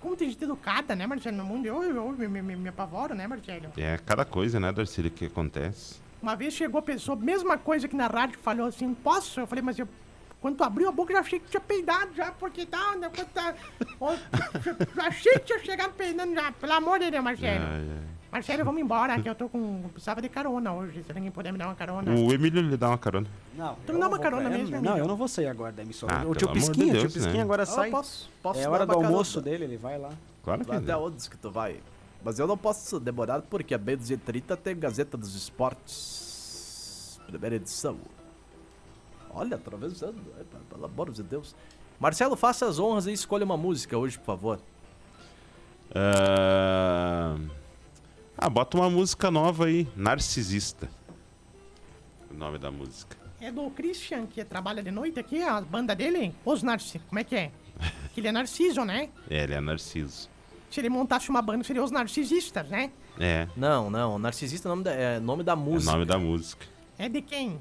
Speaker 1: Como tem gente educada, né, Marcelo, no mundo? Eu, eu, eu me, me, me apavoro, né, Marcelo?
Speaker 4: É cada coisa, né, Darcílio, que acontece.
Speaker 1: Uma vez chegou a pessoa, mesma coisa que na rádio, falou assim, posso? Eu falei, mas eu... Quando tu abriu a boca, eu já achei que tinha peidado já, porque tá... né, quando tá- *laughs* eu já achei que tinha chegado peidando já, pelo amor de Deus, Marcelo.
Speaker 4: Ai, ai.
Speaker 1: Marcelo, vamos embora, que eu tô com... eu Precisava de carona hoje, se alguém puder me dar uma carona.
Speaker 4: O Emílio lhe dá uma carona.
Speaker 5: Não,
Speaker 1: Então me dá uma carona mesmo,
Speaker 5: Não,
Speaker 1: amigo.
Speaker 5: é eu não vou sair agora da emissora.
Speaker 4: Ah,
Speaker 5: o tio
Speaker 4: pelo amor de
Speaker 5: Pisquinha, o tio
Speaker 4: Deus,
Speaker 5: Pisquinha
Speaker 4: né?
Speaker 5: agora
Speaker 3: Eu
Speaker 2: Ah,
Speaker 5: sai.
Speaker 3: Ah, posso, posso
Speaker 5: é
Speaker 3: dar
Speaker 5: hora
Speaker 3: uma
Speaker 5: do almoço
Speaker 3: carona.
Speaker 5: dele, ele vai lá.
Speaker 4: Claro que
Speaker 3: Vai até
Speaker 4: dá.
Speaker 3: onde que tu vai? Mas eu não posso demorar porque a B230 tem Gazeta dos Esportes. Primeira edição. Olha, atravessando. é, pe- Pelo amor de Deus.
Speaker 2: Marcelo, faça as honras e escolha uma música hoje, por favor.
Speaker 4: Ah, ah, bota uma música nova aí. Narcisista. O nome da música.
Speaker 1: É do Christian, que trabalha de noite aqui, a banda dele. Os Narcisos, como é que é? Que ele é narciso, né?
Speaker 4: É, ele é narciso.
Speaker 1: Se ele montasse uma banda, seria os narcisistas, né?
Speaker 4: É,
Speaker 2: Não, não. Narcisista é nome da, é nome da
Speaker 4: é o *laughs*
Speaker 2: música.
Speaker 4: nome da música.
Speaker 1: É de quem?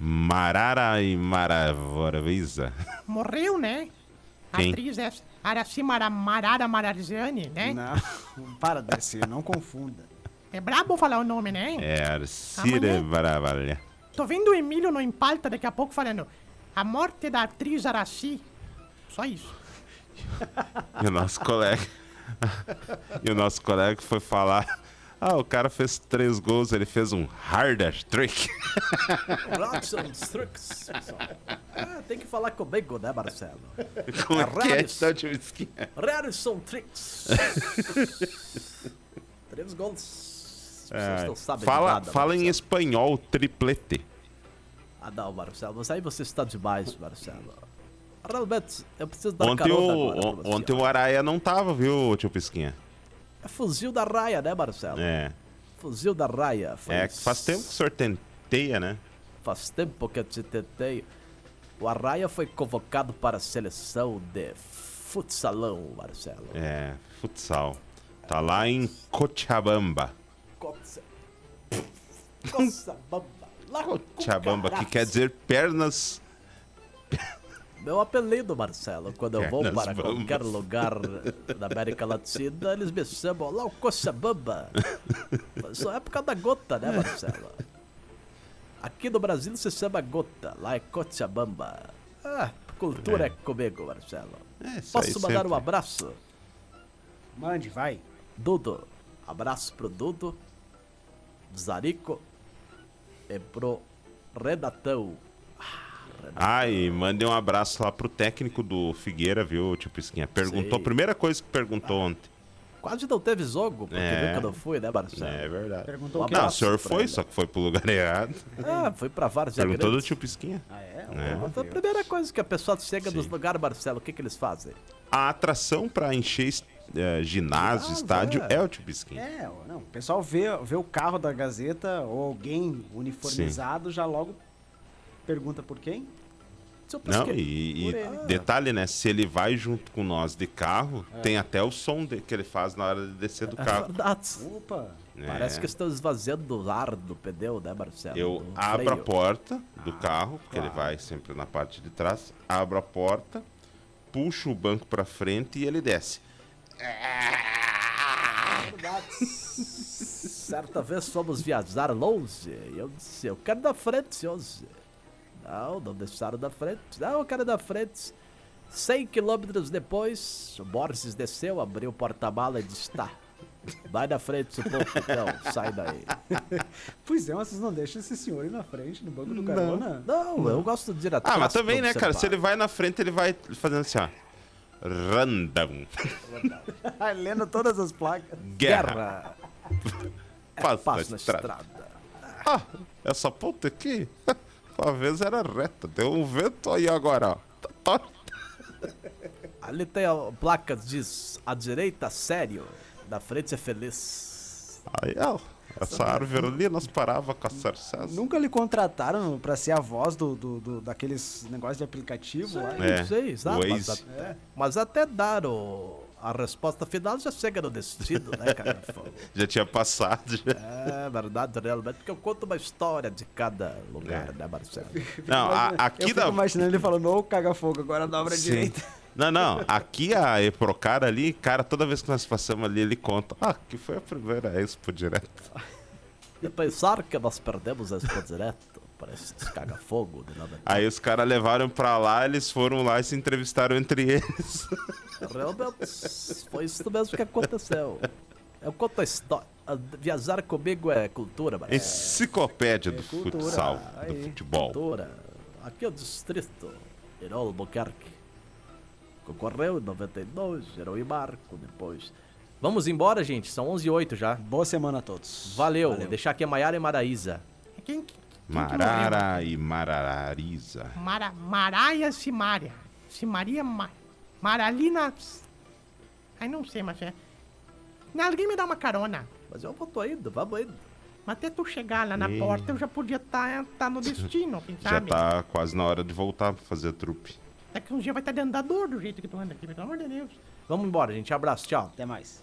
Speaker 4: Marara e Maravilha.
Speaker 1: Morreu, né? A
Speaker 4: Quem?
Speaker 1: atriz essa. Araci Mara, Marara Maraziane, né?
Speaker 5: Não, *laughs* para, Darcy, não confunda.
Speaker 1: É brabo falar o nome, né?
Speaker 2: *laughs*
Speaker 4: É, Arcira
Speaker 1: Amanhã-
Speaker 4: Maravilha.
Speaker 1: Tô vendo o Emílio no Impalta daqui a pouco falando a morte da atriz Araci. Só isso.
Speaker 4: E o nosso colega. *laughs* e o nosso colega foi falar. Ah, o cara fez três gols, ele fez um hard trick. *laughs*
Speaker 2: Rocks and Strokes, pessoal. Ah, tem que falar comigo, né, Marcelo?
Speaker 4: Como é que é,
Speaker 2: Caralho.
Speaker 4: então, tio Esquinha?
Speaker 2: Rares são
Speaker 4: *laughs*
Speaker 2: tricks. Três gols. As pessoas não sabem de
Speaker 4: É, Fala,
Speaker 2: nada, é.
Speaker 4: fala em
Speaker 2: Marcelo.
Speaker 4: espanhol, triplete.
Speaker 2: Ah, não, Marcelo. Mas aí você está demais, Marcelo. Realmente, eu preciso dar
Speaker 4: Ontem
Speaker 2: carona
Speaker 4: o,
Speaker 2: tá agora pra você.
Speaker 4: on- ontem o Araia não tava, viu, tio Pisquinha?
Speaker 2: É fuzil da raia, né, Marcelo?
Speaker 4: É.
Speaker 2: Fuzil da raia.
Speaker 4: É, que faz tempo que o senhor tenteia, né?
Speaker 2: Faz tempo que eu te tentei. O Arraia foi convocado para a seleção de futsalão, Marcelo.
Speaker 4: É, futsal. Tá lá em Cochabamba.
Speaker 2: Coça. Coça bamba. Lá com
Speaker 4: Cochabamba, que
Speaker 2: caraças.
Speaker 4: quer dizer pernas.
Speaker 2: Meu apelido, Marcelo, quando eu vou
Speaker 4: Pernas
Speaker 2: para
Speaker 4: bambas.
Speaker 2: qualquer lugar da América Latina, eles me chamam lá o Cochabamba. Mas Só é por causa da gota, né, Marcelo? Aqui no Brasil se chama gota, lá é Cochabamba. Ah, cultura é, comigo, Marcelo.
Speaker 4: É, isso aí
Speaker 2: Posso mandar
Speaker 4: sempre.
Speaker 2: um abraço?
Speaker 5: Mande, vai.
Speaker 2: Dudo. Abraço pro Dudo, Zarico e pro Renatão.
Speaker 4: Ah, e mandei um abraço lá pro técnico do Figueira, viu, tio Pisquinha? Perguntou,
Speaker 2: Sei.
Speaker 4: primeira coisa que perguntou ontem.
Speaker 2: Quase não teve jogo, porque
Speaker 4: É.
Speaker 2: nunca não fui, né, Marcelo?
Speaker 4: É verdade.
Speaker 5: Perguntou o quê?
Speaker 4: Não, o senhor
Speaker 2: Abraço pra
Speaker 4: foi,
Speaker 2: ele.
Speaker 4: só que foi pro lugar *laughs* errado.
Speaker 2: Ah, foi pra vários
Speaker 4: Perguntou do tio Pisquinha.
Speaker 5: Ah, é?
Speaker 4: É.
Speaker 5: Ó,
Speaker 2: A primeira coisa que a pessoa chega nos
Speaker 4: Sim.
Speaker 2: lugares, Marcelo, o que, que eles fazem?
Speaker 4: A atração pra encher es- eh, ginásio,
Speaker 2: Ah,
Speaker 4: estádio,
Speaker 2: velho.
Speaker 4: é o tio Pisquinha.
Speaker 5: É, ó, não, o pessoal vê, vê o carro da Gazeta ou alguém uniformizado, já logo pergunta por quem.
Speaker 2: Seu
Speaker 4: Não,
Speaker 2: Pisquinha,
Speaker 4: e, e
Speaker 2: por ele. Ah.
Speaker 4: detalhe, né? Se ele vai junto com nós de carro, tem até o som de- que ele faz na hora de descer do
Speaker 2: É *laughs*
Speaker 4: carro.
Speaker 2: verdade.
Speaker 5: Opa!
Speaker 2: Parece
Speaker 4: É.
Speaker 2: que estão esvaziando o ar do pneu, né, Marcelo?
Speaker 4: Eu
Speaker 2: Do
Speaker 4: abro a
Speaker 2: freio. Ah,
Speaker 4: porta do carro, porque ele vai sempre na parte de trás, abro a porta, puxo o banco pra frente e ele desce.
Speaker 2: Certa vez fomos viajar longe e eu disse, eu quero da frente hoje. Não, não deixaram da frente. Não, eu quero da frente. 100 quilômetros depois, o Borges desceu, abriu o porta-mala e disse, tá, vai na frente um pouco então, sai daí.
Speaker 5: Pois é, mas vocês não deixam esse senhor ir na frente no banco do carona? *laughs*
Speaker 2: Não, eu gosto de ir atrás.
Speaker 4: Ah, mas também,
Speaker 2: pra
Speaker 4: né, cara? Se ele
Speaker 2: observar.
Speaker 4: vai na frente, ele vai fazendo assim, ó.
Speaker 2: *laughs*
Speaker 4: Random.
Speaker 5: Tá Lendo todas as placas.
Speaker 4: Guerra.
Speaker 2: Guerra, É
Speaker 4: Passa,
Speaker 2: paz
Speaker 4: na
Speaker 2: na
Speaker 4: estrada.
Speaker 2: estrada.
Speaker 4: Ah, essa ponta aqui, *laughs* uma vez era reta. Deu um vento aí agora, ó. Tá torta.
Speaker 2: Ali tem a placa diz, à direita, sério, da frente é feliz.
Speaker 4: Aí, ó. Essa árvore ali, nós parava com a sarcesa.
Speaker 5: Nunca lhe contrataram pra ser a voz do, do, do- daqueles negócios de aplicativo lá?
Speaker 4: É,
Speaker 2: Não sei, sabe? Mas
Speaker 4: Waze.
Speaker 2: até, mas até dar o- a resposta final já chega no destino, né,
Speaker 4: *laughs*
Speaker 2: cara?
Speaker 4: Já tinha passado. já.
Speaker 2: é verdade, realmente, porque eu conto uma história de cada lugar,
Speaker 4: É.
Speaker 2: né, Marcelo?
Speaker 4: Não, a-
Speaker 5: eu
Speaker 4: aqui
Speaker 5: fico
Speaker 4: da.
Speaker 5: imaginando ele falando, ô caga-fogo, agora dobra a
Speaker 4: Sim.
Speaker 5: direita.
Speaker 4: Não, não. Aqui a Eprocar ali, cara, toda vez que nós passamos ali, ele conta. Ah, que foi a primeira Expo direto.
Speaker 2: E pensar que nós perdemos a Expo Direto para esses caga-fogo de nada.
Speaker 4: Aí os caras levaram pra lá, eles foram lá e se entrevistaram entre
Speaker 5: *laughs*
Speaker 4: eles.
Speaker 2: Realmente, foi isso mesmo que aconteceu. Eu conto a história. Viajar comigo é cultura, Marcelo.
Speaker 4: Enciclopédia do
Speaker 5: É cultura,
Speaker 4: futsal, do
Speaker 5: aí.
Speaker 4: futebol.
Speaker 2: Doutora, aqui é o distrito Herol Albuquerque. Concorreu em 92, gerou em Marco depois.
Speaker 6: Vamos embora, gente. São 11 h 08 já.
Speaker 5: Boa semana a todos.
Speaker 6: Valeu. Deixar aqui a Maiara e Maraísa.
Speaker 1: Quem que-
Speaker 4: Marara e Mararariza.
Speaker 1: Mara, Maraia Simária. Simaria Ma, Maralina. Ai, não sei, mas é. Não, Alguém me dá uma carona.
Speaker 2: Mas eu tô indo, vamos indo.
Speaker 1: Mas até tu chegar lá na
Speaker 4: Ih.
Speaker 1: porta, eu já podia estar no destino, quem
Speaker 4: *laughs* Já
Speaker 1: sabe?
Speaker 4: tá quase na hora de voltar pra fazer trupe.
Speaker 1: Daqui uns dias vai estar de andador do jeito que tu anda aqui, pelo amor de Deus.
Speaker 6: Vamos embora, gente. Abraço. Tchau.
Speaker 5: Até mais.